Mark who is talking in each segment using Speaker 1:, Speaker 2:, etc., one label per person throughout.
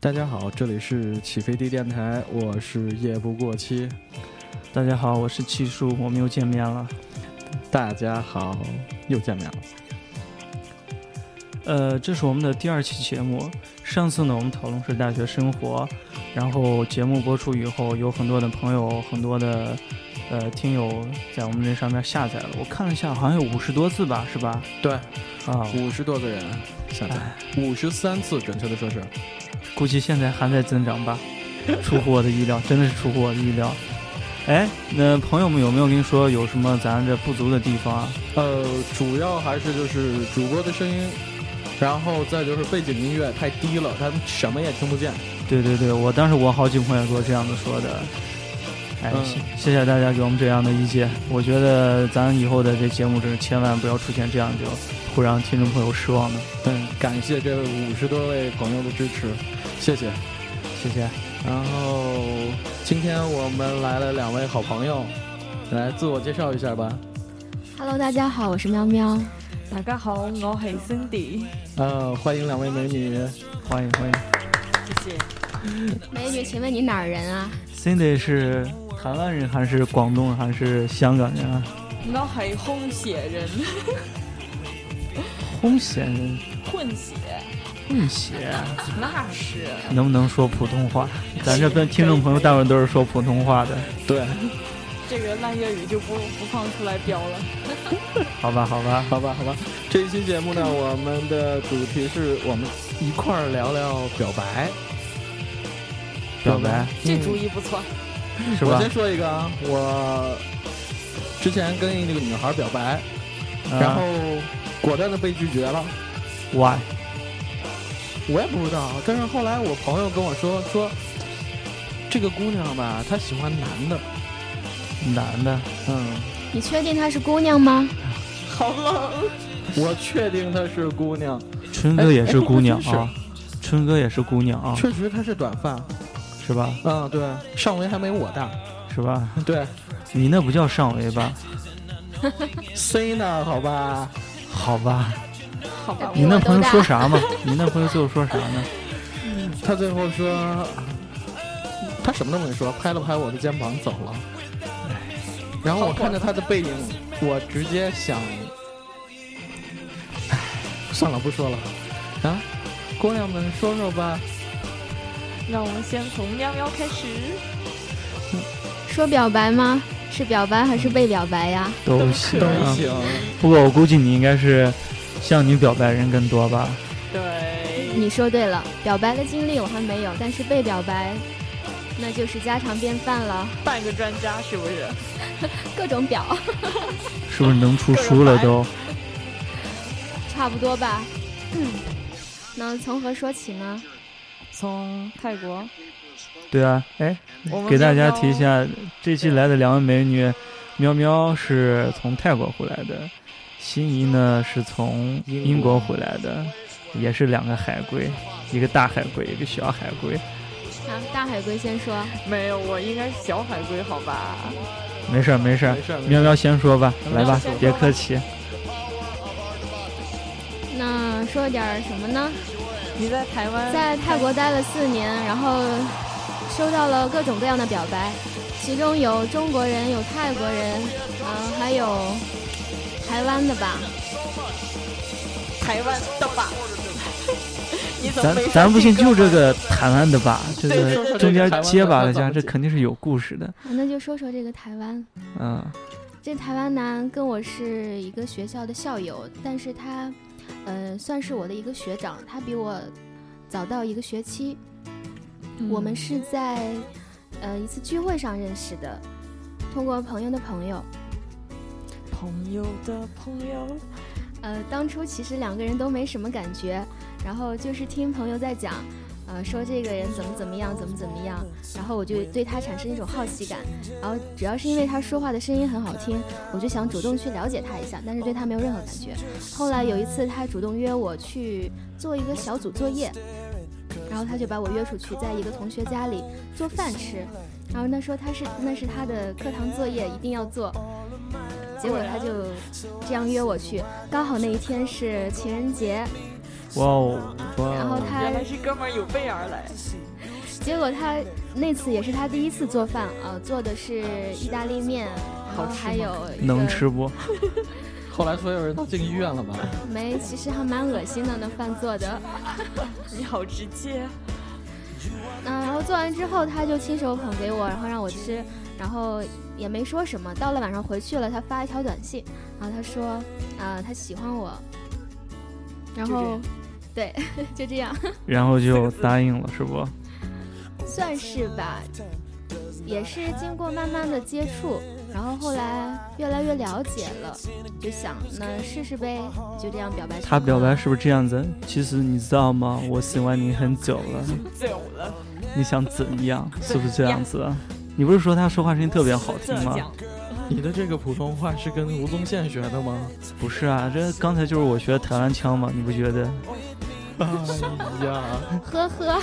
Speaker 1: 大家好，这里是起飞地电台，我是夜不过期。
Speaker 2: 大家好，我是七叔，我们又见面了。
Speaker 1: 大家好，又见面了。
Speaker 2: 呃，这是我们的第二期节目。上次呢，我们讨论是大学生活，然后节目播出以后，有很多的朋友、很多的呃听友在我们这上面下载了。我看了一下，好像有五十多次吧，是吧？
Speaker 1: 对，
Speaker 2: 啊，
Speaker 1: 五十多个人下载，五十三次，准确的说是。
Speaker 2: 估计现在还在增长吧，出乎我的意料，真的是出乎我的意料。哎，那朋友们有没有跟你说有什么咱这不足的地方啊？
Speaker 1: 呃，主要还是就是主播的声音，然后再就是背景音乐太低了，他们什么也听不见。
Speaker 2: 对对对，我当时我好几朋友给我这样子说的。哎，
Speaker 1: 嗯
Speaker 2: 谢谢谢大家给我们这样的意见。我觉得咱以后的这节目真是千万不要出现这样就会让听众朋友失望的。
Speaker 1: 嗯，感谢这五十多位朋友的支持，谢谢。
Speaker 2: 谢谢。
Speaker 1: 然后今天我们来了两位好朋友，来自我介绍一下吧。
Speaker 3: Hello，大家好，我是喵喵。
Speaker 4: 大家好，我係 Cindy，
Speaker 1: 呃，欢迎两位美女。
Speaker 2: 欢迎欢迎
Speaker 4: 谢谢。
Speaker 3: 美女，请问你哪儿人啊？
Speaker 2: ，Cindy 是台湾人还是广东人还是香港人啊？
Speaker 4: 我係空血人，
Speaker 2: 混血人，
Speaker 4: 混血，
Speaker 2: 混血。
Speaker 4: 那是
Speaker 2: 能不能说普通话？咱这边听众朋友大部分都是说普通话的，
Speaker 1: 对，
Speaker 4: 这个烂粤语就不不放出来标了。
Speaker 2: 好吧，好吧。
Speaker 1: 好吧，好吧。这一期节目呢，我们的主题是我们一块儿聊聊表白。嗯
Speaker 2: 表白
Speaker 4: 这主意不错，
Speaker 2: 是
Speaker 1: 我
Speaker 2: 吧
Speaker 1: 先？说一个啊，我之前跟那个女孩表白，
Speaker 2: 嗯
Speaker 1: 然后果断的被拒绝了，
Speaker 2: why？
Speaker 1: 我也不知道。但是后来我朋友跟我说说，这个姑娘吧，她喜欢男的，
Speaker 2: 男的，
Speaker 1: 嗯，
Speaker 3: 你确定她是姑娘吗？
Speaker 4: 好冷。
Speaker 1: 我确定她是姑娘，
Speaker 2: 春哥也是姑娘
Speaker 1: 哎哎
Speaker 2: 啊，春哥也是姑娘啊，
Speaker 1: 确实她是短发，
Speaker 2: 是吧？
Speaker 1: 嗯，对，上围还没我大，
Speaker 2: 是吧？
Speaker 1: 对
Speaker 2: 你那不叫上围吧？
Speaker 1: ，C 呢，好吧，
Speaker 2: 好吧，
Speaker 4: 好吧，
Speaker 3: 比
Speaker 2: 你
Speaker 3: 我
Speaker 2: 那
Speaker 3: 都
Speaker 2: 朋友
Speaker 3: 大
Speaker 2: 说啥嘛？你那朋友最后说啥呢？
Speaker 1: 她最后说，她什么都没说，拍了拍我的肩膀走了。然后我看着她的背影，我直接想，唉，算了，不说了。啊，姑娘们说说吧，
Speaker 4: 让我们先从喵喵开始。
Speaker 3: 说表白吗？是表白还是被表白呀？
Speaker 2: 都行
Speaker 1: 都
Speaker 2: 啊，
Speaker 1: 行。
Speaker 2: 不过我估计你应该是向你表白人更多吧？
Speaker 4: 对，
Speaker 3: 你说对了，表白的经历我还没有，但是被表白，那就是家常便饭了，
Speaker 4: 半个专家是不是？
Speaker 3: 各种表，
Speaker 2: 是不是能出书了都？
Speaker 3: 差不多吧。嗯，那从何说起呢？
Speaker 4: 从泰国，
Speaker 2: 对啊，哎，
Speaker 4: 我们
Speaker 2: 给大
Speaker 4: 喵
Speaker 2: 家
Speaker 4: 喵
Speaker 2: 提一，下，这期来的两位美女，喵喵是从泰国回来的，心仪呢是从英国回来的，也是两个海龟，一个大海龟，一个小海龟。
Speaker 3: 啊，大海龟先说，
Speaker 4: 没有，我应该是小海龟，好吧？
Speaker 2: 没事儿，没事儿
Speaker 1: 没，事儿，没事
Speaker 2: 喵
Speaker 1: 儿
Speaker 2: 喵先说吧，
Speaker 1: 喵
Speaker 2: 来
Speaker 1: 喵
Speaker 2: 吧
Speaker 4: 先，说
Speaker 2: 别
Speaker 4: 吧
Speaker 2: 客气。
Speaker 3: 那说点儿什么呢？
Speaker 4: 你在台湾，
Speaker 3: 在泰国待了四年，然后收到了各种各样的表白，其中有中国人，有泰国人，嗯，还有台湾的吧。
Speaker 4: 台湾的吧？ 你怎么
Speaker 2: 咱
Speaker 4: 没
Speaker 2: 咱
Speaker 4: 说
Speaker 2: 不信，
Speaker 4: 这个
Speaker 2: 就这
Speaker 4: 吗
Speaker 2: 个台湾的吧，这
Speaker 4: 对
Speaker 2: 个
Speaker 4: 对对
Speaker 2: 中间
Speaker 1: 台湾
Speaker 2: 结巴了一
Speaker 1: 台
Speaker 2: 下，
Speaker 1: 湾
Speaker 2: 这肯定是有故事的。
Speaker 3: 那就说说这个台湾，
Speaker 2: 嗯，
Speaker 3: 这台湾男跟我是一个学校的校友，但是他，呃，算是我的一个学长，他比我早到一个学期。嗯
Speaker 4: 嗯
Speaker 3: 我们是在呃一次聚会上认识的，通过朋友的朋友。
Speaker 4: 朋友的朋友。
Speaker 3: 呃，当初其实两个人都没什么感觉，然后就是听朋友在讲，呃，说这个人怎么怎么样，怎么怎么样，然后我就对他产生一种好奇感，然后主要是因为他说话的声音很好听，我就想主动去了解他一下，但是对他没有任何感觉。后来有一次，他主动约我去做一个小组作业，然后他就把我约出去，在一个同学家里做饭吃，然后他说他是那是他的课堂作业，一定要做。结果他就这样约我去，刚好那一天是情人节，
Speaker 2: 哇哦，哇
Speaker 4: 嗯
Speaker 2: 哦！
Speaker 3: 然后他
Speaker 4: 原来是哥们儿有备而来，
Speaker 3: 结果他那次也是他第一次做饭啊、呃做的是意大利面，然后
Speaker 4: 好吃吗
Speaker 3: 还有一个
Speaker 2: 能吃不？
Speaker 1: 后来所有人都进医院了吧？
Speaker 3: 没？其实还蛮恶心的，那饭做的。
Speaker 4: 你好直接啊，
Speaker 3: 嗯，然后做完之后，他就亲手捧给我，然后让我吃，然后也没说什么。到了晚上回去了，他发一条短信，然后他说，啊、他喜欢我，然
Speaker 4: 就这
Speaker 3: 后
Speaker 4: 样，
Speaker 3: 对， 就这样，
Speaker 2: 然后就答应了，是不？
Speaker 3: 算是吧，也是经过慢慢的接触，然后后来越来越了解了，就想那试试呗，就这样表白。
Speaker 2: 他表白，是不是这样子？其实你知道吗？我喜欢你很久了，
Speaker 4: 走了，
Speaker 2: 你想怎样？是不是这样子？啊你不是说他说话声音特别好听
Speaker 4: 这
Speaker 2: 吗？
Speaker 4: 讲
Speaker 1: 你的这个普通话是跟吴宗宪学的吗？
Speaker 2: 不是啊，这刚才就是我学的台湾腔嘛，你不觉得？
Speaker 1: 哎呀，
Speaker 3: 呵呵。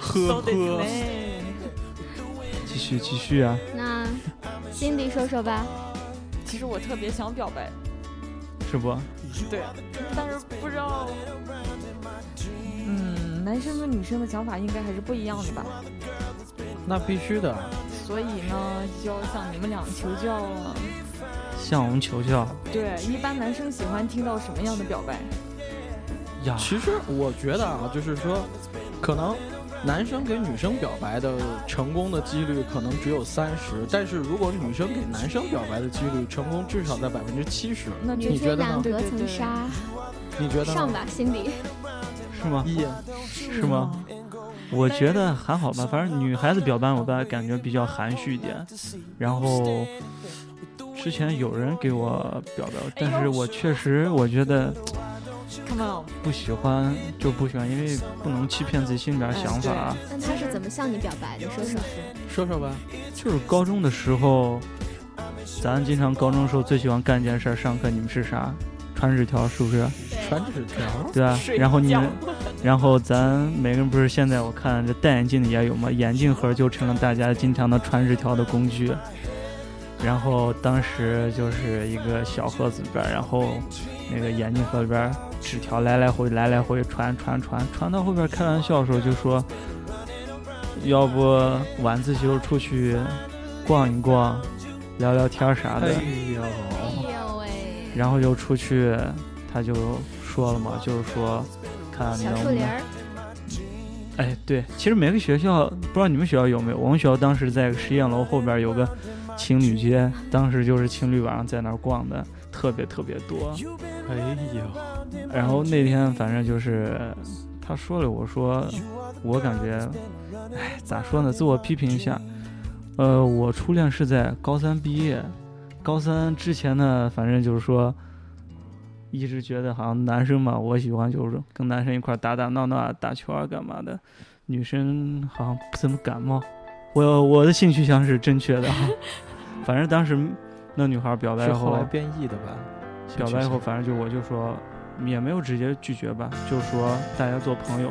Speaker 1: 呵
Speaker 4: 都得
Speaker 1: 呵，
Speaker 4: 累
Speaker 2: 继续继续啊，
Speaker 3: 那辛迪说说吧，
Speaker 4: 其实我特别想表白，
Speaker 2: 是不？
Speaker 4: 对，啊但是不知道。嗯，男生和女生的想法应该还是不一样的吧，
Speaker 1: 那必须的。
Speaker 4: 所以呢，就要向你们俩求教啊了。
Speaker 2: 向我们求教
Speaker 4: 对，一般男生喜欢听到什么样的表白？
Speaker 2: 呀！
Speaker 1: 其实我觉得啊，就是说，可能男生给女生表白的成功的几率可能只有三十，但是如果女生给男生表白的几率成功至少在百分之七十。
Speaker 4: 那
Speaker 1: 你
Speaker 3: 女
Speaker 1: 觉得
Speaker 3: 追
Speaker 1: 呢
Speaker 3: 男隔
Speaker 4: 对对
Speaker 3: 层
Speaker 4: 对
Speaker 3: 纱，
Speaker 1: 你觉得
Speaker 3: 上
Speaker 1: 呢？
Speaker 3: 吧，辛迪。
Speaker 2: 是吗？
Speaker 1: 一，
Speaker 2: 是吗？我觉得还好吧，反正女孩子表白我吧，感觉比较含蓄一点。然后之前有人给我表白，但是我确实我觉得
Speaker 4: Come on，
Speaker 2: 不喜欢就不喜欢，因为不能欺骗自己心里边儿想法啊。
Speaker 3: 那他是怎么向你表白的？说说。
Speaker 1: 说说吧。
Speaker 2: 就是高中的时候，咱经常高中的时候最喜欢干一件事儿，上课你们是啥？传纸条是不是？
Speaker 1: 传纸条，
Speaker 2: 对啊。然后你
Speaker 4: 睡
Speaker 2: 们
Speaker 4: 觉，
Speaker 2: 然后咱每个人不是现在我看这戴眼镜的也有嘛，眼镜盒就成了大家经常的传纸条的工具。然后当时就是一个小盒子里边儿，然后那个眼镜盒里边儿纸条来来回来来回传传传传到后边儿开玩笑的时候就说，要不晚自习时候出去逛一逛，聊聊天儿啥的。
Speaker 1: 呦，
Speaker 3: 哎呦喂，
Speaker 2: 然后就出去，他就说了嘛，就是说，看
Speaker 3: 嗯小
Speaker 2: 能
Speaker 3: 树
Speaker 2: 不
Speaker 3: 林
Speaker 2: 能，
Speaker 3: 儿，
Speaker 2: 哎，对，其实每个学校不知道你们学校有没有，我们学校当时在实验楼后边有个情侣街，当时就是情侣晚上在那儿逛的，特别特别多。
Speaker 1: 哎呦，
Speaker 2: 然后那天反正就是他说了，我说我感觉，哎，咋说呢？自我批评一下，呃，我初恋是在高三毕业，高三之前呢，反正就是说，一直觉得好像男生嘛，我喜欢就是跟男生一块儿打打闹闹、啊、打球啊干嘛的，女生好像不怎么感冒。我我的性取向是正确的啊，反正当时那女孩表白
Speaker 1: 是
Speaker 2: 后，
Speaker 1: 后来变异的吧？
Speaker 2: 表白以后，反正就我就说，也没有直接拒绝吧，就说大家做朋友，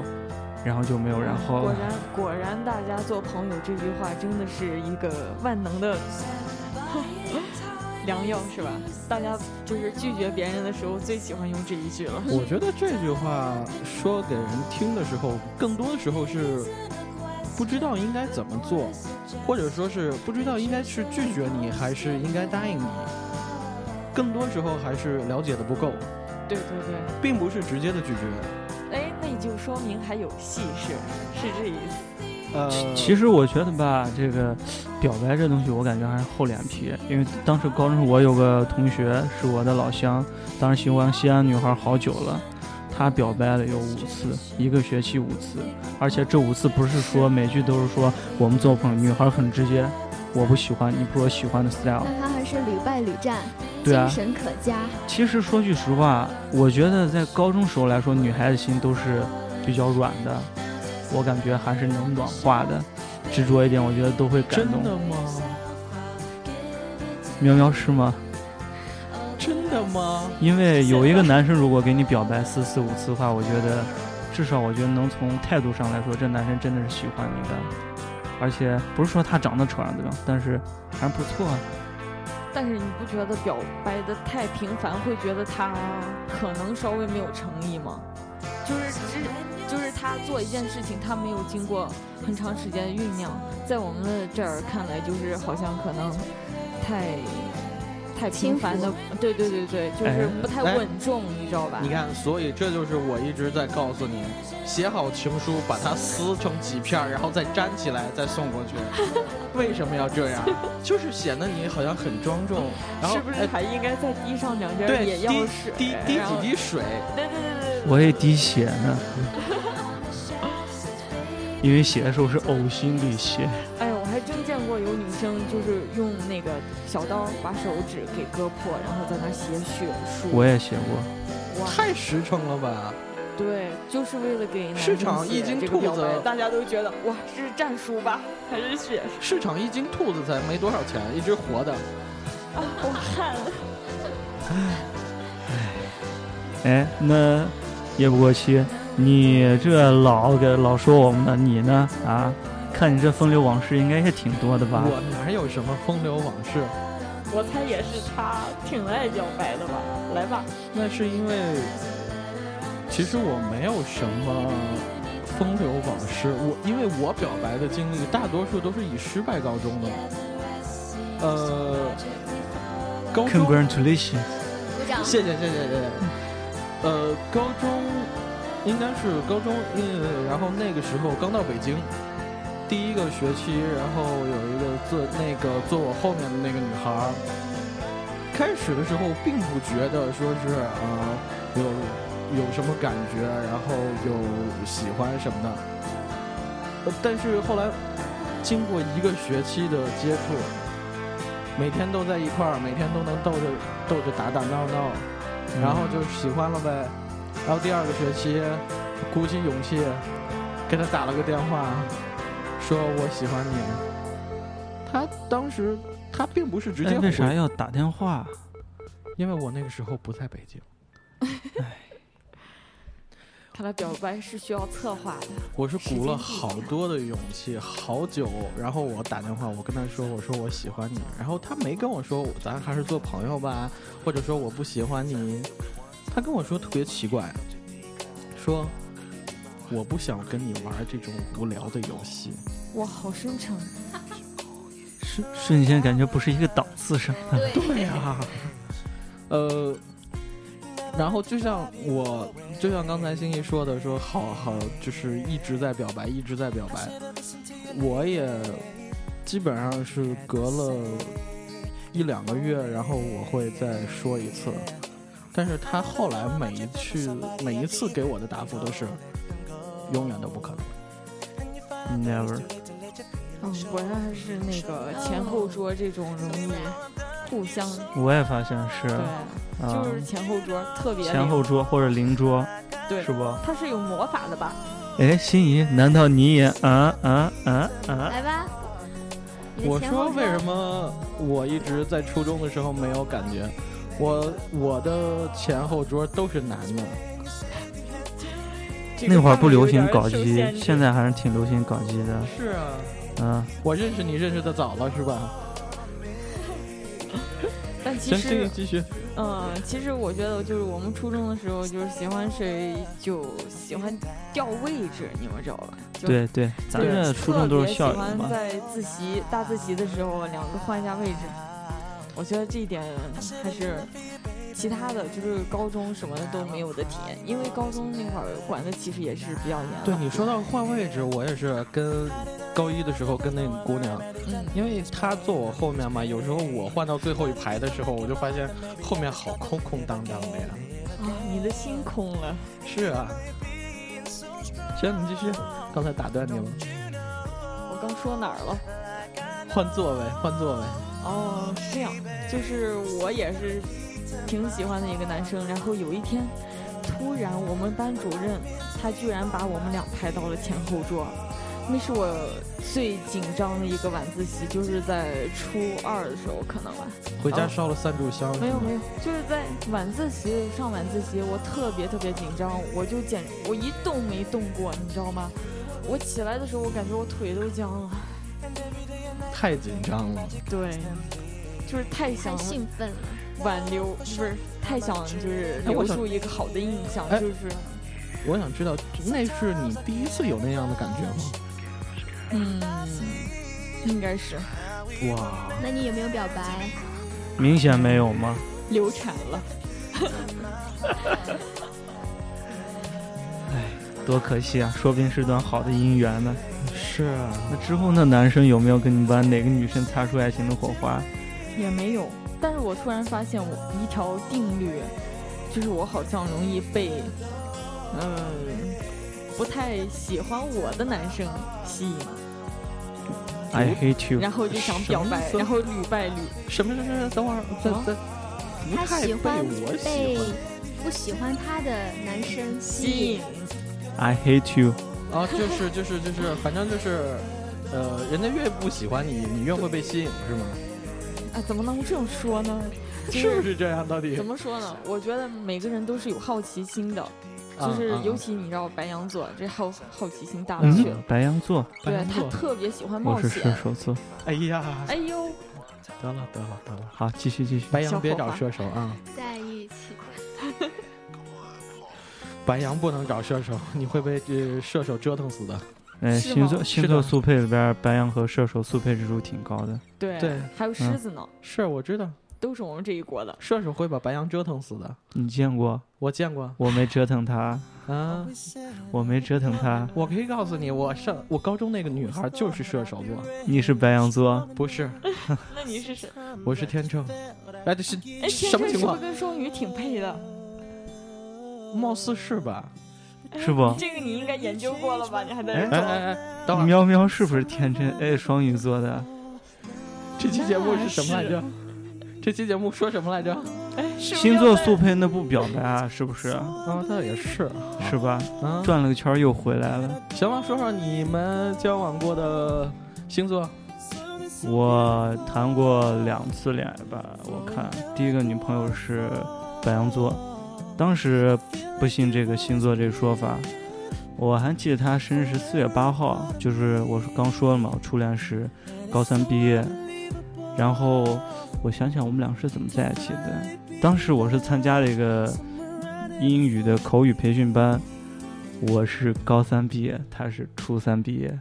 Speaker 2: 然后就没有然后
Speaker 4: 果
Speaker 2: 了。
Speaker 4: 然果然，大家做朋友这句话真的是一个万能的良药，是吧？大家就是拒绝别人的时候，最喜欢用这一句了。
Speaker 1: 我觉得这句话说给人听的时候，更多的时候是不知道应该怎么做，或者说是不知道应该是拒绝你还是应该答应你。更多时候还是了解的不够，
Speaker 4: 对对对，
Speaker 1: 并不是直接的拒绝。
Speaker 4: 哎，那就说明还有戏是是这意思。
Speaker 1: 呃，
Speaker 2: 其其实我觉得吧，这个表白这东西，我感觉还是厚脸皮。因为当时高中我有个同学是我的老乡，当时喜欢西安女孩好久了，他表白了有五次，一个学期五次，而且这五次不是说每句都是说我们做朋友，女孩很直接，我不喜欢，你不是我喜欢的 style。
Speaker 3: 那他还是屡败屡战，
Speaker 2: 对啊
Speaker 3: 精神可嘉。
Speaker 2: 其实说句实话，我觉得在高中时候来说，女孩子心都是比较软的，我感觉还是能暖化的。执着一点，我觉得都会感
Speaker 1: 真
Speaker 2: 动。
Speaker 1: 的吗？
Speaker 2: 喵喵是吗？
Speaker 1: 真的吗？
Speaker 2: 因为有一个男生如果给你表白四次五次的话，我觉得至少我觉得能从态度上来说，这男生真的是喜欢你的，而且不是说他长得丑啊怎么样，但是还不错啊。
Speaker 4: 但是你不觉得表白的太频繁，会觉得他可能稍微没有诚意吗？就是这，就是他做一件事情，他没有经过很长时间酝酿，在我们的这儿看来，就是好像可能太太频繁的，对对对对，就是不太稳重，你知道吧？
Speaker 1: 你看，所以这就是我一直在告诉你，写好情书，把它撕成几片儿，然后再粘起来，再送过去。为什么要这样？就是显得你好像很庄重，然后
Speaker 4: 是不是
Speaker 1: 哎
Speaker 4: 还应该再滴上两
Speaker 1: 对
Speaker 4: 滴眼药
Speaker 1: 滴
Speaker 4: 水，
Speaker 1: 滴滴
Speaker 4: 哎然
Speaker 1: 几
Speaker 4: 后
Speaker 1: 滴水？
Speaker 4: 对对对对对，
Speaker 2: 我也滴血呢，因为写的时候是呕心沥血。
Speaker 4: 哎，我还真见过有女生就是用那个小刀把手指给割破，然后在那写血书。
Speaker 2: 我也写过，
Speaker 4: 哇，
Speaker 1: 太实诚了吧？
Speaker 4: 对，就是为了给男
Speaker 1: 市
Speaker 4: 生
Speaker 1: 场
Speaker 4: 写
Speaker 1: 一斤
Speaker 4: 这个表
Speaker 1: 兔子
Speaker 4: 白大家都觉得哇，这是战书吧，还是血书
Speaker 1: 市场一斤兔子才没多少钱，一只活的。
Speaker 4: 啊？我 汗了。
Speaker 2: 哎，那夜不过期，你这老给老说我们呢，你呢？啊，看你这风流往事应该也挺多的吧？
Speaker 1: 我哪有什么风流往事？
Speaker 4: 我猜也是他挺爱表白的吧？来吧，
Speaker 1: 那是因为，其实我没有什么风流往事。我因为我表白的经历大多数都是以失败告终的。呃，高中，
Speaker 2: Congratulations！
Speaker 3: 鼓掌。
Speaker 1: 谢谢谢谢谢谢。呃，高中应该是高中，嗯，然后那个时候刚到北京，第一个学期，然后有一个坐那个坐我后面的那个女孩儿，开始的时候并不觉得说是啊、有有什么感觉，然后有喜欢什么的，呃但是后来经过一个学期的接触，每天都在一块儿，每天都能逗着逗着打打闹闹，
Speaker 2: 嗯
Speaker 1: 然后就喜欢了呗。然后第二个学期，鼓起勇气给他打了个电话，说我喜欢你。他当时他并不是直接
Speaker 2: 哎
Speaker 1: 回，
Speaker 2: 为啥要打电话？
Speaker 1: 因为我那个时候不在北京，
Speaker 4: 看来表白是需要策划的。
Speaker 1: 我是鼓了好多的勇气，好久。然后我打电话，我跟他说，我说我喜欢你。然后他没跟我说，咱还是做朋友吧，或者说我不喜欢你。他跟我说特别奇怪，说我不想跟你玩这种无聊的游戏。
Speaker 4: 哇，好深沉。啊
Speaker 2: 瞬瞬间感觉不是一个档次上。
Speaker 3: 对，
Speaker 1: 对呀、呃，然后就像我，就像刚才欣怡说的，说好好就是一直在表白，一直在表白。我也基本上是隔了一两个月，然后我会再说一次。但是他后来每一去每一次给我的答复都是，永远都不可能。
Speaker 2: Never。
Speaker 4: 嗯，果然还是那个前后桌这种容易互相
Speaker 2: 我也发现是，
Speaker 4: 对，
Speaker 2: 啊
Speaker 4: 就，是前后桌特别
Speaker 2: 前后桌或者邻桌，
Speaker 4: 对
Speaker 2: 是不？
Speaker 4: 他是有魔法的吧？
Speaker 2: 哎，心仪，难道你也啊啊啊啊？
Speaker 3: 来吧。你的
Speaker 1: 我
Speaker 3: 前
Speaker 1: 说
Speaker 3: 后
Speaker 1: 为什么我一直在初中的时候没有感觉？我我的前后桌都是男的，
Speaker 4: 这个
Speaker 2: 那会儿不流行
Speaker 4: 范围有
Speaker 2: 搞
Speaker 4: 点受
Speaker 2: 基
Speaker 4: 限，制
Speaker 2: 现在还是挺流行搞基的。
Speaker 1: 是啊，
Speaker 2: 啊，
Speaker 1: 我认识你认识的早了是吧？
Speaker 4: 但其
Speaker 1: 行，
Speaker 4: 实
Speaker 1: 行，继续。
Speaker 4: 嗯，其实我觉得就是我们初中的时候，就是喜欢谁就喜欢调位置，你们知道吧？就
Speaker 2: 对对，咱
Speaker 4: 对
Speaker 2: 这初中都是校
Speaker 4: 特别
Speaker 2: 友
Speaker 4: 喜欢
Speaker 2: 嘛。
Speaker 4: 在自习大自习的时候，两个换一下位置。我觉得这一点还是其他的就是高中什么的都没有的体验，因为高中那会儿管的其实也是比较严。
Speaker 1: 对，你说到换位置，我也是跟高一的时候跟那个姑娘，
Speaker 4: 嗯，
Speaker 1: 因为她坐我后面嘛，有时候我换到最后一排的时候，我就发现后面好空空荡荡的呀。
Speaker 4: 啊，你的心空了。
Speaker 1: 是啊。行，你继续。刚才打断你了，
Speaker 4: 我刚说哪儿了？
Speaker 1: 换座位，换座位。
Speaker 4: 哦，是这样，就是我也是挺喜欢的一个男生，然后有一天，突然我们班主任他居然把我们俩排到了前后桌，那是我最紧张的一个晚自习，就是在初二的时候可能吧，
Speaker 1: 回家烧了三炷香。
Speaker 4: 啊没有没
Speaker 1: 有。
Speaker 4: 有，就是在晚自习上晚自习，我特别特别紧张，我就简我一动没动过，你知道吗？我起来的时候，我感觉我腿都僵了，
Speaker 1: 太紧张了。
Speaker 4: 对，就是太想
Speaker 3: 太兴奋了。
Speaker 4: 挽留，不是太想就是
Speaker 1: 哎我
Speaker 4: 留
Speaker 1: 想
Speaker 4: 住一个好的印象，
Speaker 1: 哎
Speaker 4: 就是
Speaker 1: 我想知道，那是你第一次有那样的感觉吗？
Speaker 4: 嗯，应该是
Speaker 1: 哇，
Speaker 3: 那你有没有表白？
Speaker 2: 明显没有吗？
Speaker 4: 流产了。
Speaker 2: 多可惜啊！说不定是段好的姻缘呢。
Speaker 1: 是啊，
Speaker 2: 那之后那男生有没有跟你班哪个女生擦出爱情的火花？
Speaker 4: 也没有。但是我突然发现我一条定律，就是我好像容易被，嗯，
Speaker 1: 呃
Speaker 4: 不太喜欢我的男生吸引，
Speaker 2: I hate you。
Speaker 4: 然后就想表白，
Speaker 1: 什么意思
Speaker 4: 然后屡败屡。
Speaker 1: 什么什么什么？等会儿，再
Speaker 4: 啊
Speaker 1: 再，不
Speaker 3: 他
Speaker 1: 太
Speaker 3: 喜
Speaker 1: 被
Speaker 3: 欢
Speaker 1: 我
Speaker 3: 被
Speaker 1: 喜欢
Speaker 3: 不喜欢他的男生吸
Speaker 4: 吸
Speaker 3: 引
Speaker 4: 引。，
Speaker 2: I hate you。
Speaker 1: 啊，就是就是就是，反正就是，呃，人家越不喜欢你，你越会被吸引，是吗？
Speaker 4: 啊，怎么能这样说呢？就是
Speaker 1: 不
Speaker 4: 是
Speaker 1: 是这样？到底
Speaker 4: 怎么说呢？我觉得每个人都是有好奇心的，
Speaker 1: 啊
Speaker 4: 就是尤其你知道白羊座这好好奇心大不
Speaker 1: 嗯
Speaker 4: 去
Speaker 2: 嗯
Speaker 4: 了，，
Speaker 2: 白羊座，
Speaker 4: 对他特别喜欢冒
Speaker 2: 我是射
Speaker 4: 险。
Speaker 2: 手座。
Speaker 1: 哎呀，
Speaker 4: 哎呦，
Speaker 1: 得了得了得了，
Speaker 2: 好，继续继续。
Speaker 1: 白
Speaker 4: 小
Speaker 1: 羊别
Speaker 4: 火
Speaker 1: 找
Speaker 4: 花
Speaker 1: 射手啊，
Speaker 3: 在一起。
Speaker 1: 白羊不能找射手，你会被这射手折腾死的。
Speaker 2: 哎，
Speaker 4: 是
Speaker 2: 星
Speaker 4: 吗
Speaker 2: 座星
Speaker 1: 是
Speaker 2: 座
Speaker 1: 的
Speaker 2: 速配里边，白羊和射手速配指数挺高的。
Speaker 4: 对，
Speaker 1: 对
Speaker 4: 还有
Speaker 2: 嗯
Speaker 4: 狮子呢，
Speaker 1: 是我知道，
Speaker 4: 都是我们这一国的。
Speaker 1: 射手会把白羊折腾死的，
Speaker 2: 你见过？
Speaker 1: 我见过
Speaker 2: 我没折腾 他，
Speaker 1: 啊。
Speaker 2: 我没折腾他。
Speaker 1: 我可以告诉你，我上我高中那个女孩就是射手座，
Speaker 2: 你是白羊座，
Speaker 1: 不是，
Speaker 4: 那你是谁？
Speaker 1: 我是天秤。哎，这是
Speaker 4: 哎，
Speaker 1: 什么情
Speaker 4: 天秤是不
Speaker 1: 况
Speaker 4: 是？跟双鱼挺配的？
Speaker 1: 貌似是吧？
Speaker 2: 是不？
Speaker 4: 哎这个你应该研究过了吧？你还在
Speaker 1: 哎
Speaker 4: 这
Speaker 1: 哎
Speaker 4: 装？
Speaker 1: 哎哎，等会儿，
Speaker 2: 喵喵是不是天秤？哎，双鱼座的。
Speaker 1: 这期节目是什么来着？这期节目说什么来着？啊，
Speaker 4: 哎是不是
Speaker 2: 星座
Speaker 4: 要在
Speaker 2: 速配那不表白啊，是不是？
Speaker 1: 倒也是，
Speaker 2: 是吧？
Speaker 1: 啊。
Speaker 2: 转了个圈儿又回来了。
Speaker 1: 行了，说说你们交往过的星座。
Speaker 2: 我谈过两次恋爱吧，我看第一个女朋友是白羊座，当时不信这个星座这个说法，我还记得她生日是四月八号，就是我是刚说了嘛，我初恋是高三毕业，然后我想想我们俩是怎么在一起的，当时我是参加了一个英语的口语培训班，我是高三毕业，她是初三毕业，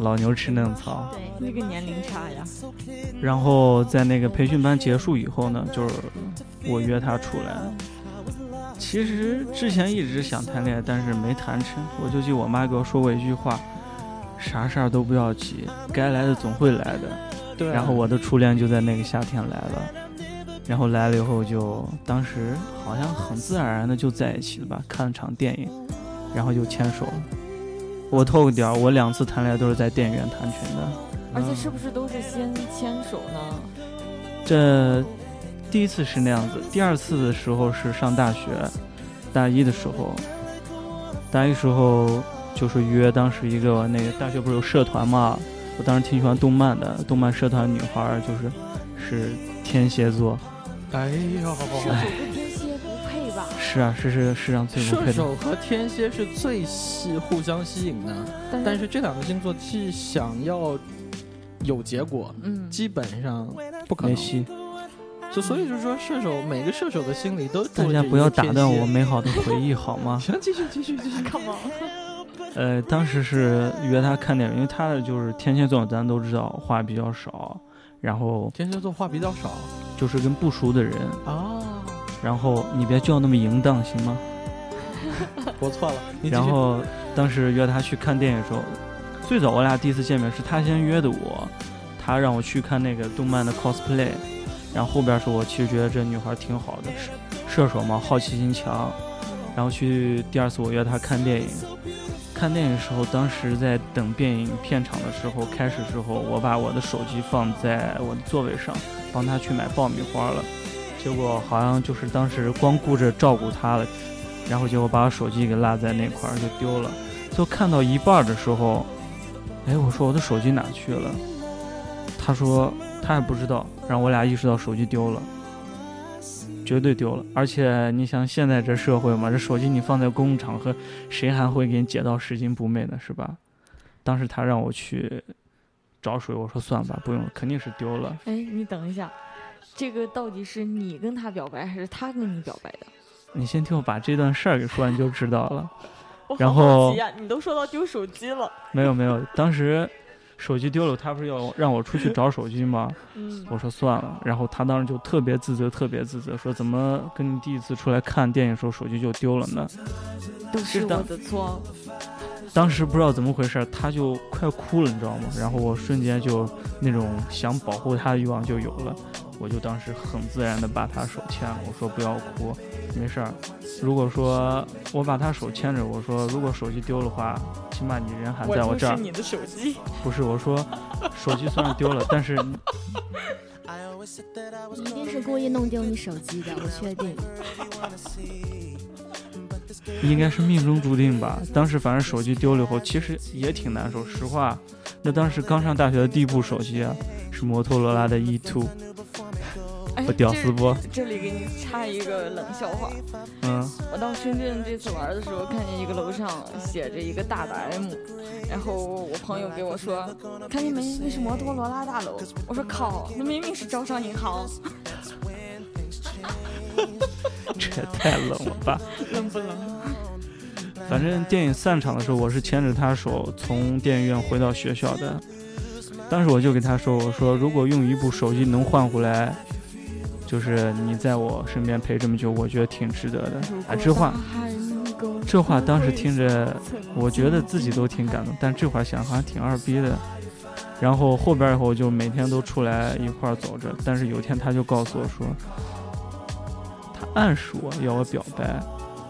Speaker 2: 老牛吃嫩草。
Speaker 3: 对，
Speaker 4: 那个年龄差呀，
Speaker 2: 然后在那个培训班结束以后呢，就是我约她出来。其实之前一直想谈恋爱，但是没谈成。我就记我妈给我说过一句话：“啥事儿都不要急，该来的总会来的。”
Speaker 1: 对啊
Speaker 2: 然后我的初恋就在那个夏天来了，然后来了以后就当时好像很自然而然的就在一起了吧，看了场电影，然后就牵手了。我透个底儿，我两次谈恋爱都是在电影院谈成的。
Speaker 4: 而且是不是都是先牵手呢？
Speaker 2: 这第一次是那样子，第二次的时候是上大学，大一的时候，大一时候就是约当时一个那个大学不是有社团嘛，我当时挺喜欢动漫的，动漫社团女孩儿就是是天蝎座，
Speaker 1: 哎呦，
Speaker 2: 哦
Speaker 4: 射手跟天蝎不配吧？
Speaker 2: 是啊，是 是世上最不
Speaker 1: 射
Speaker 2: 配的。
Speaker 1: 手和天蝎是最吸互相吸引的，但是这两个星座既想要有结果，
Speaker 4: 嗯，
Speaker 1: 基本上不可
Speaker 2: 梅
Speaker 1: 能。
Speaker 2: 西，
Speaker 1: 就所以就是说，射手每个射手的心里都
Speaker 2: 大家不要打断我
Speaker 1: 们。
Speaker 2: 美好的回忆好 吗？
Speaker 1: 行，继续继续 继续。
Speaker 4: 干嘛？
Speaker 2: 呃，当时是约她看电影，因为她的就是天蝎座，咱都知道话比较少，然后
Speaker 1: 天蝎座话比较少
Speaker 2: 就是跟不熟的人
Speaker 1: 啊，
Speaker 2: 然后你别叫那么淫荡行吗？
Speaker 1: 我错了。你继续
Speaker 2: 然后当时约他去看电影的时候，最早我俩第一次见面是他先约的我，他让我去看那个动漫的 cosplay，然后后边是我其实觉得这女孩挺好的，射射手嘛，好奇心强。然后去第二次我约她看电影，看电影的时候，当时在等电影片场的时候，开始时候我把我的手机放在我的座位上，帮她去买爆米花了。结果好像就是当时光顾着照顾她了，然后结果把我手机给落在那块儿就丢了。最后看到一半儿的时候，哎，我说我的手机哪去了？她说她也不知道，让我俩意识到手机丢了。绝对丢了，而且你想现在这社会嘛，这手机你放在公共场合，谁还会给你捡到拾金不昧呢？是吧？当时他让我去找水，我说算吧，不用了，肯定是丢了。
Speaker 4: 哎，你等一下，这个到底是你跟他表白，还是他跟你表白的？
Speaker 2: 你先听我把这段事儿给说完，你就知道了。
Speaker 4: 我好
Speaker 2: 然
Speaker 4: 好
Speaker 2: 后
Speaker 4: 奇呀、你都说到丢手机了，
Speaker 2: 没有没有，当时手机丢了，他不是要让我出去找手机吗？
Speaker 4: 嗯，
Speaker 2: 我说算了，然后他当时就特别自责，特别自责，说怎么跟你第一次出来看电影的时候手机就丢了呢？
Speaker 4: 都是
Speaker 2: 是的
Speaker 4: 我的错，
Speaker 2: 当时不知道怎么回事，他就快哭了，你知道吗？然后我瞬间就那种想保护他的欲望就有了，我就当时很自然的把他手牵了，我说不要哭，没事儿。如果说我把他手牵着，我说如果手机丢了的话，起码你人还啊在我
Speaker 4: 就
Speaker 2: 这
Speaker 4: 是
Speaker 2: 儿。
Speaker 4: 你的手机，
Speaker 2: 不是我说，手机虽然丢了，但是
Speaker 3: 一定是故意弄丢你手机的，我确定。
Speaker 2: 应该是命中注定吧。当时反正手机丢了以后，其实也挺难受。实话，那当时刚上大学的第一部手机啊，是摩托罗拉的 E Two，
Speaker 4: 哎
Speaker 2: 不屌
Speaker 4: 这
Speaker 2: 丝不？
Speaker 4: 这里给你插一个冷笑话，
Speaker 2: 嗯，
Speaker 4: 我到深圳这次玩的时候，看见一个楼上写着一个大的 M，然后我朋友给我说，看见没，那是摩托罗拉大楼。我说靠，那明明是招商银行，
Speaker 2: 这也太冷了吧。
Speaker 4: 冷 不冷？
Speaker 2: 反正电影散场的时候，我是牵着他手从电影院回到学校的。当时我就给他说：“我说，如果用一部手机能换回来，就是你在我身边陪这么久，我觉得挺值得的。”啊，这话，这话当时听着，我觉得自己都挺感动，但这会儿想好像挺二逼的。然后后边以后就每天都出来一块儿走着，但是有一天他就告诉我说，他暗示我要我表白，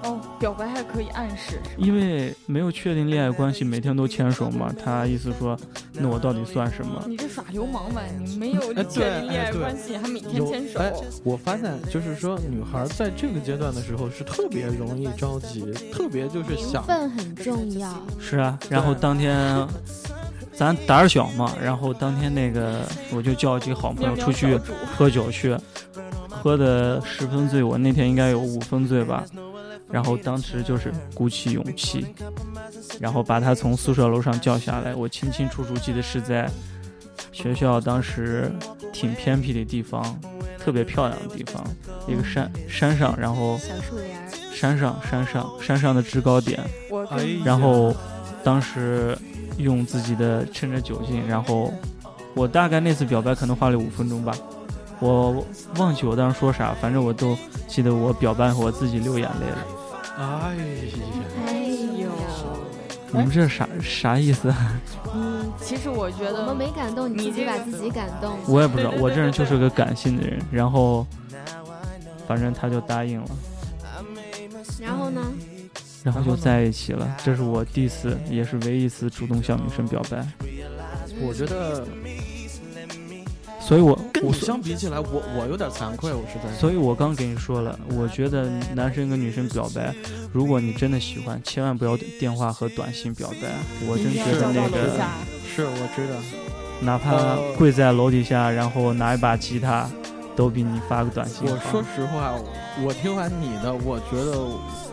Speaker 4: 哦，表白还可以暗示，
Speaker 2: 因为没有确定恋爱关系，每天都牵手嘛。他意思说，那我到底算什么？
Speaker 4: 你这耍流氓吧？你没有
Speaker 1: 哎
Speaker 4: 确
Speaker 1: 对
Speaker 4: 定恋
Speaker 1: 哎
Speaker 4: 爱
Speaker 1: 对
Speaker 4: 关系，还每天
Speaker 1: 有
Speaker 4: 牵手，
Speaker 1: 哎我发现就是说，女孩在这个阶段的时候是特别容易着急，特别就是
Speaker 3: 名
Speaker 1: 想
Speaker 3: 分很重要，
Speaker 2: 是啊，然后当天咱胆儿小嘛，然后当天那个我就叫几个好朋
Speaker 4: 喵
Speaker 2: 友
Speaker 4: 喵
Speaker 2: 出
Speaker 4: 小
Speaker 2: 去
Speaker 4: 主
Speaker 2: 喝酒去，喝的十分醉，我那天应该有五分醉吧。然后当时就是鼓起勇气，然后把他从宿舍楼上叫下来。我清清楚楚记得是在学校当时挺偏僻的地方，特别漂亮的地方，一个山山上，然后
Speaker 1: 哦
Speaker 3: 小树林儿。
Speaker 2: 山上山上山上的制高点，
Speaker 4: 我
Speaker 1: 哎
Speaker 4: 跟
Speaker 2: 然后当时用自己的趁着酒劲，然后我大概那次表白可能花了五分钟吧，我忘记我当时说啥，反正我都记得我表白后我自己流眼泪了。
Speaker 1: 哎
Speaker 3: 哎呦，
Speaker 2: 你们这啥啥意思？
Speaker 4: 嗯，其实我觉
Speaker 3: 我们
Speaker 4: 得
Speaker 3: 没感动，你自己把自己感动。
Speaker 2: 我也不知道，我这人就是个感性的人。然后，反正他就答应了，
Speaker 3: 然后呢？
Speaker 2: 然后就在一起了。这是我第四，也是唯一一次主动向女生表白。
Speaker 1: 呀，我觉得
Speaker 2: 所以我，
Speaker 1: 跟
Speaker 2: 我
Speaker 1: 你相比起来，我我有点惭愧，我实在是。
Speaker 2: 所以，我刚跟你说了，我觉得男生跟女生表白，如果你真的喜欢，千万不要电话和短信表白。我真
Speaker 4: 一定
Speaker 2: 觉
Speaker 4: 要
Speaker 2: 得
Speaker 4: 找到
Speaker 2: 那
Speaker 4: 楼下
Speaker 2: 个，，
Speaker 1: 是我知道，
Speaker 2: 哪怕跪在楼底下，然后拿一把吉他，都比你发个短信
Speaker 1: 我
Speaker 2: 好
Speaker 1: 说，实话，我听完你的，我觉得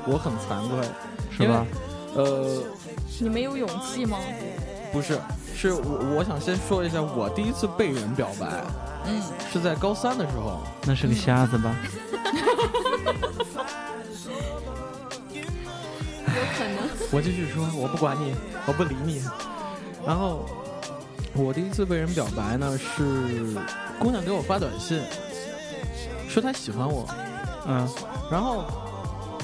Speaker 1: 我很惭愧。
Speaker 2: 是吧？
Speaker 1: 呃，
Speaker 4: 你没有勇气吗？
Speaker 1: 不是，是我我想先说一下，我第一次被人表白
Speaker 4: 嗯，
Speaker 1: 是在高三的时候，
Speaker 2: 那是个瞎子吧？
Speaker 4: 有可能。
Speaker 1: 我继续说，我不管你，我不理你。然后我第一次被人表白呢，是姑娘给我发短信，说她喜欢我，
Speaker 2: 嗯，
Speaker 1: 然后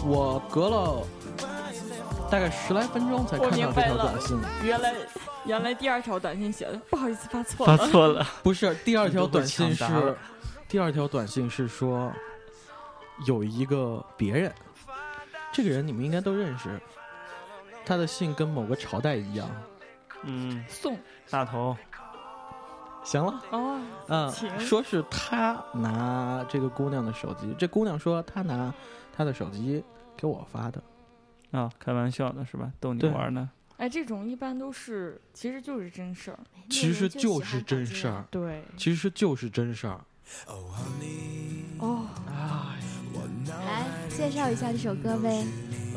Speaker 1: 我隔了大概十来分钟才看
Speaker 4: 我明
Speaker 1: 到这
Speaker 4: 白
Speaker 1: 条
Speaker 4: 了
Speaker 1: 短信。
Speaker 4: 原来原来第二条短信写的不好意思发错
Speaker 2: 发
Speaker 4: 了，
Speaker 2: 错了。
Speaker 1: 不是，第二条短信
Speaker 2: 你都被抢答
Speaker 1: 是
Speaker 2: 了，
Speaker 1: 第二条短信是说有一个别人，这个人你们应该都认识，他的姓跟某个朝代一样。
Speaker 2: 嗯，
Speaker 4: 送
Speaker 2: 大头，
Speaker 1: 行了，
Speaker 4: 哦，
Speaker 1: 嗯，
Speaker 4: 请
Speaker 1: 说是他拿这个姑娘的手机，这姑娘说她拿她的手机给我发的，
Speaker 2: 啊、开玩笑的是吧？逗你
Speaker 1: 对
Speaker 2: 玩儿呢。
Speaker 4: 哎，这种一般都是其实就是真事儿，
Speaker 1: 其实就是真事儿，
Speaker 4: 对，
Speaker 1: 其实就是真事儿。
Speaker 4: 哦，
Speaker 1: 哎，
Speaker 3: 来哎介绍一下这首歌呗。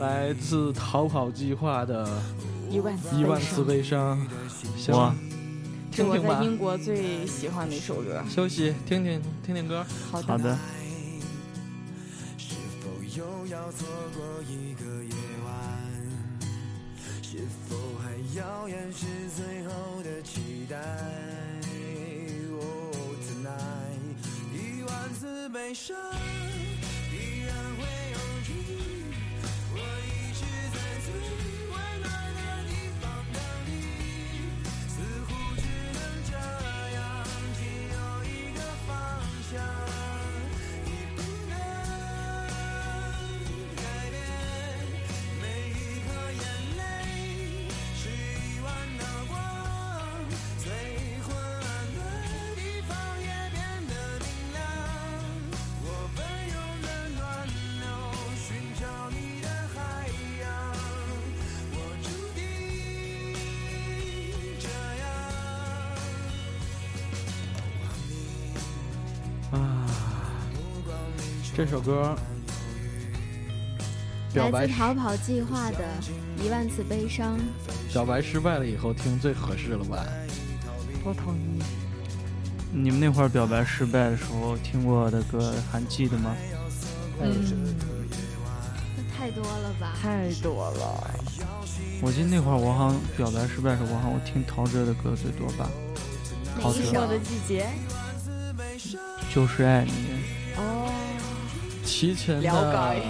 Speaker 1: 来自逃跑计划的
Speaker 4: 一万
Speaker 1: 一万次悲伤，行
Speaker 2: 哇，
Speaker 4: 是
Speaker 1: 听
Speaker 4: 我
Speaker 1: 听
Speaker 4: 在
Speaker 1: 吧，
Speaker 4: 英国最喜欢的一首歌。
Speaker 1: 休息，听听听听歌。
Speaker 4: 好的，
Speaker 2: 好的。
Speaker 5: 是否有又要错过一个夜晚？是否还遥远是最后的期待？Oh tonight，一万次悲伤依然会有你，我一直在最温暖的地方等你，似乎只能这样，只有一个方向，你不能改变。每一颗眼泪是一万道光，最昏暗的地方也变得明亮。我奔涌的暖流寻找你的海洋，我注定这样。
Speaker 2: 啊，
Speaker 1: 这首歌表
Speaker 3: 来
Speaker 1: 白
Speaker 3: 自逃跑计划的一万次悲伤，
Speaker 1: 表白失败了以后听最合适了吧？
Speaker 4: 我讨你。
Speaker 2: 你们那会儿表白失败的时候听过的歌还记得吗？
Speaker 4: 嗯，
Speaker 3: 那太多了吧？
Speaker 4: 太多了。
Speaker 2: 我记得那会儿我好像表白失败的时候，我好像听陶喆的歌最多吧，
Speaker 3: 哪
Speaker 2: 好
Speaker 3: 一
Speaker 2: 吃
Speaker 3: 首
Speaker 4: 我？的季节。
Speaker 2: 就是爱你。
Speaker 4: 哦，
Speaker 1: 齐秦
Speaker 4: 了解
Speaker 1: 的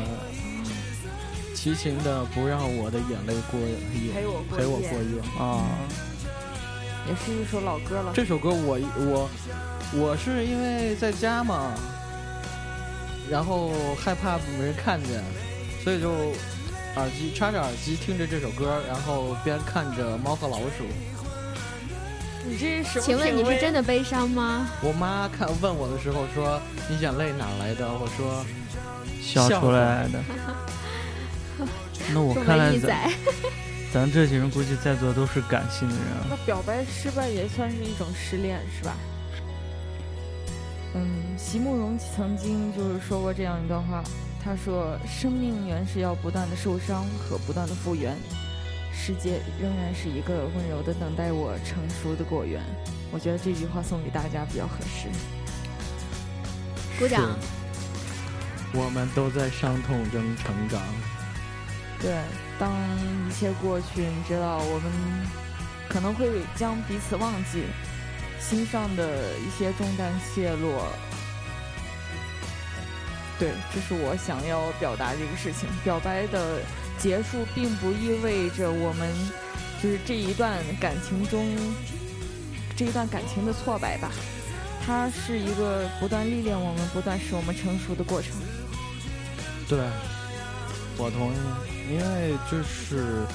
Speaker 1: 齐秦的不让我的眼泪过夜，
Speaker 4: 陪我过
Speaker 1: 陪我
Speaker 4: 夜
Speaker 1: 过夜。
Speaker 2: 啊，
Speaker 4: 也是一首老歌了。
Speaker 1: 这首歌我我我是因为在家嘛，然后害怕没人看见，所以就耳机插着耳机听着这首歌，然后边看着《猫和老鼠》。
Speaker 4: 你这是什么啊
Speaker 3: 请问你是真的
Speaker 4: 的？
Speaker 3: 悲伤吗？
Speaker 1: 我妈看问我的时候说：“你眼泪哪来的？”我说
Speaker 2: 笑
Speaker 1: 笑
Speaker 2: 出来的。那我
Speaker 3: 中
Speaker 2: 看
Speaker 3: 文
Speaker 2: 来
Speaker 3: 一
Speaker 2: 咱
Speaker 3: 载，
Speaker 2: 咱这几人估计在座都是感性的人啊。
Speaker 4: 那表白失败也算是一种失恋，是吧？嗯，席慕容曾经就是说过这样一段话，他说：“生命原是要不断的受伤和不断的复原，世界仍然是一个温柔的等待我成熟的果园。”我觉得这句话送给大家比较合适。
Speaker 3: 鼓掌。
Speaker 1: 我们都在伤痛中成长。
Speaker 4: 对，当一切过去，你知道，我们可能会将彼此忘记，心上的一些重担泄露。对，这是我想要表达这个事情。表白的结束，并不意味着我们就是这一段感情中这一段感情的挫败吧，它是一个不断历练我们、不断使我们成熟的过程。
Speaker 1: 对，我同意，因为就是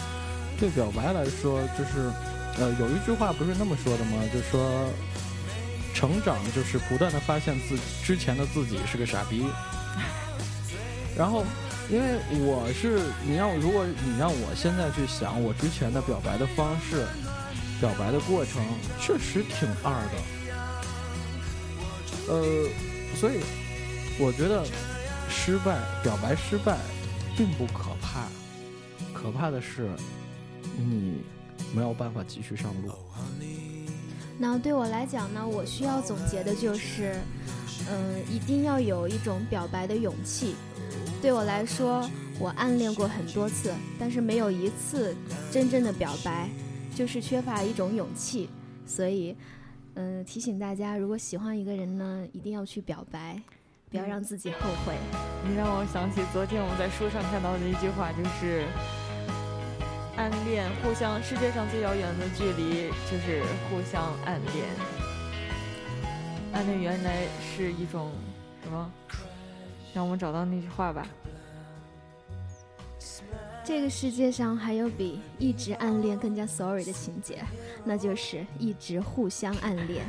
Speaker 1: 对表白来说，就是呃，有一句话不是那么说的吗？就说成长就是不断的发现自己之前的自己是个傻逼。然后，因为我是你让如果你让我现在去想我之前的表白的方式，表白的过程确实挺二的。呃，所以我觉得失败，表白失败，并不可怕，可怕的是你没有办法继续上路。
Speaker 3: 那对我来讲呢，我需要总结的就是，嗯、一定要有一种表白的勇气。对我来说，我暗恋过很多次，但是没有一次真正的表白，就是缺乏一种勇气。所以，嗯、提醒大家，如果喜欢一个人呢，一定要去表白，不要让自己后悔。
Speaker 4: 你让我想起昨天我在书上看到的一句话，就是暗恋，互相世界上最遥远的距离就是互相暗恋。暗恋原来是一种什么？让我们找到那句话吧。
Speaker 3: 这个世界上还有比一直暗恋更加 sorry 的情节，那就是一直互相暗恋。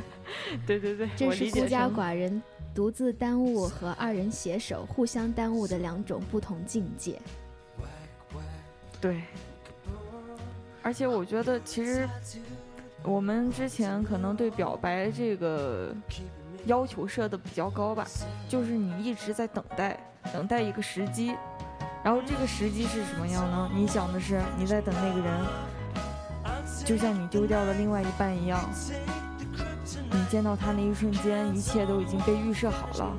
Speaker 4: 对对对，
Speaker 3: 这
Speaker 4: 我
Speaker 3: 是
Speaker 4: 理
Speaker 3: 孤
Speaker 4: 解
Speaker 3: 家
Speaker 4: 成
Speaker 3: 寡人、独自耽误和二人携手互相耽误的两种不同境界。
Speaker 4: 对，而且我觉得其实我们之前可能对表白这个要求设的比较高吧，就是你一直在等待，等待一个时机，然后这个时机是什么样呢？你想的是你在等那个人，就像你丢掉了另外一半一样。你见到他那一瞬间，一切都已经被预设好了，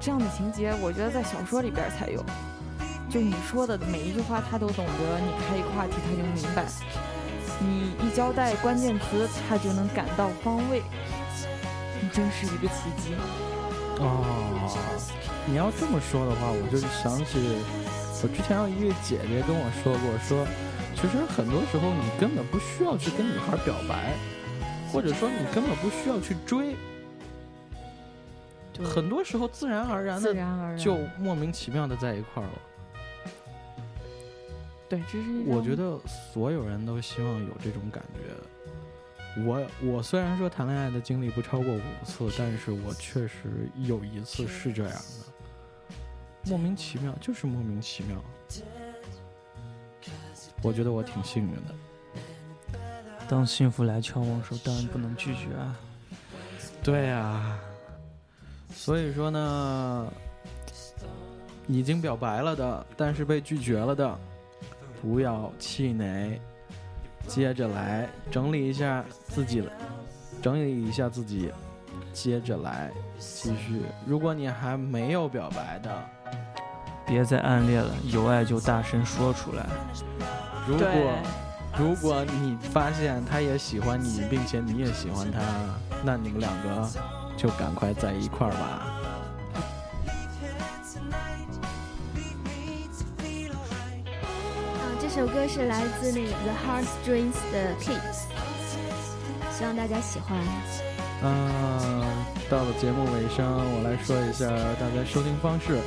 Speaker 4: 这样的情节，我觉得在小说里边儿才有。就你说的每一句话，他都懂得。你开一个话题，他就明白；你一交代关键词，他就能赶到方位。你真是一个奇迹。
Speaker 1: 哦，你要这么说的话，我就想起我之前有一位姐姐跟我说过，说其实很多时候你根本不需要去跟女孩表白，或者说你根本不需要去追，
Speaker 4: 对
Speaker 1: 很多时候自然而然的
Speaker 4: 自然而然
Speaker 1: 就莫名其妙的在一块儿了。
Speaker 4: 对，这是一
Speaker 1: 我
Speaker 4: 张
Speaker 1: 觉得所有人都希望有这种感觉。我我虽然说谈恋爱的经历不超过五次，但是我确实有一次是这样的，莫名其妙，就是莫名其妙。我觉得我挺幸运的。
Speaker 2: 当幸福来敲门的时候，当然不能拒绝啊。
Speaker 1: 对啊，所以说呢，已经表白了的，但是被拒绝了的，不要气馁，接着来整理一下自己，整理一下自己，接着来继续。如果你还没有表白的，
Speaker 2: 别再暗恋了，有爱就大声说出来。
Speaker 1: 如果
Speaker 4: 对
Speaker 1: 如果你发现他也喜欢你，并且你也喜欢他，那你们两个就赶快在一块儿吧。
Speaker 3: 啊，这首歌是来自那个 The Heartstrings 的 Kiss，希望大家喜欢。
Speaker 1: 啊，到了节目尾声，我来说一下大家收听方式。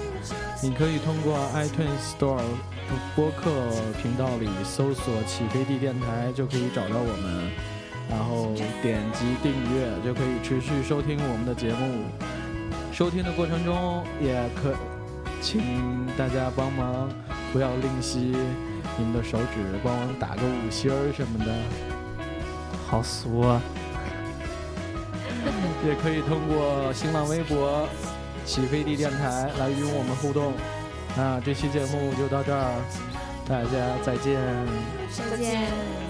Speaker 1: 你可以通过 iTunes Store 播客频道里搜索“起飞地电台”，就可以找到我们，然后点击订阅，就可以持续收听我们的节目。收听的过程中，也可请大家帮忙不要吝惜你们的手指，帮忙打个五星儿什么的。
Speaker 2: 好俗啊！
Speaker 1: 也可以通过新浪微博“起飞地电台”来与我们互动。那这期节目就到这儿，大家再见。
Speaker 3: 再见。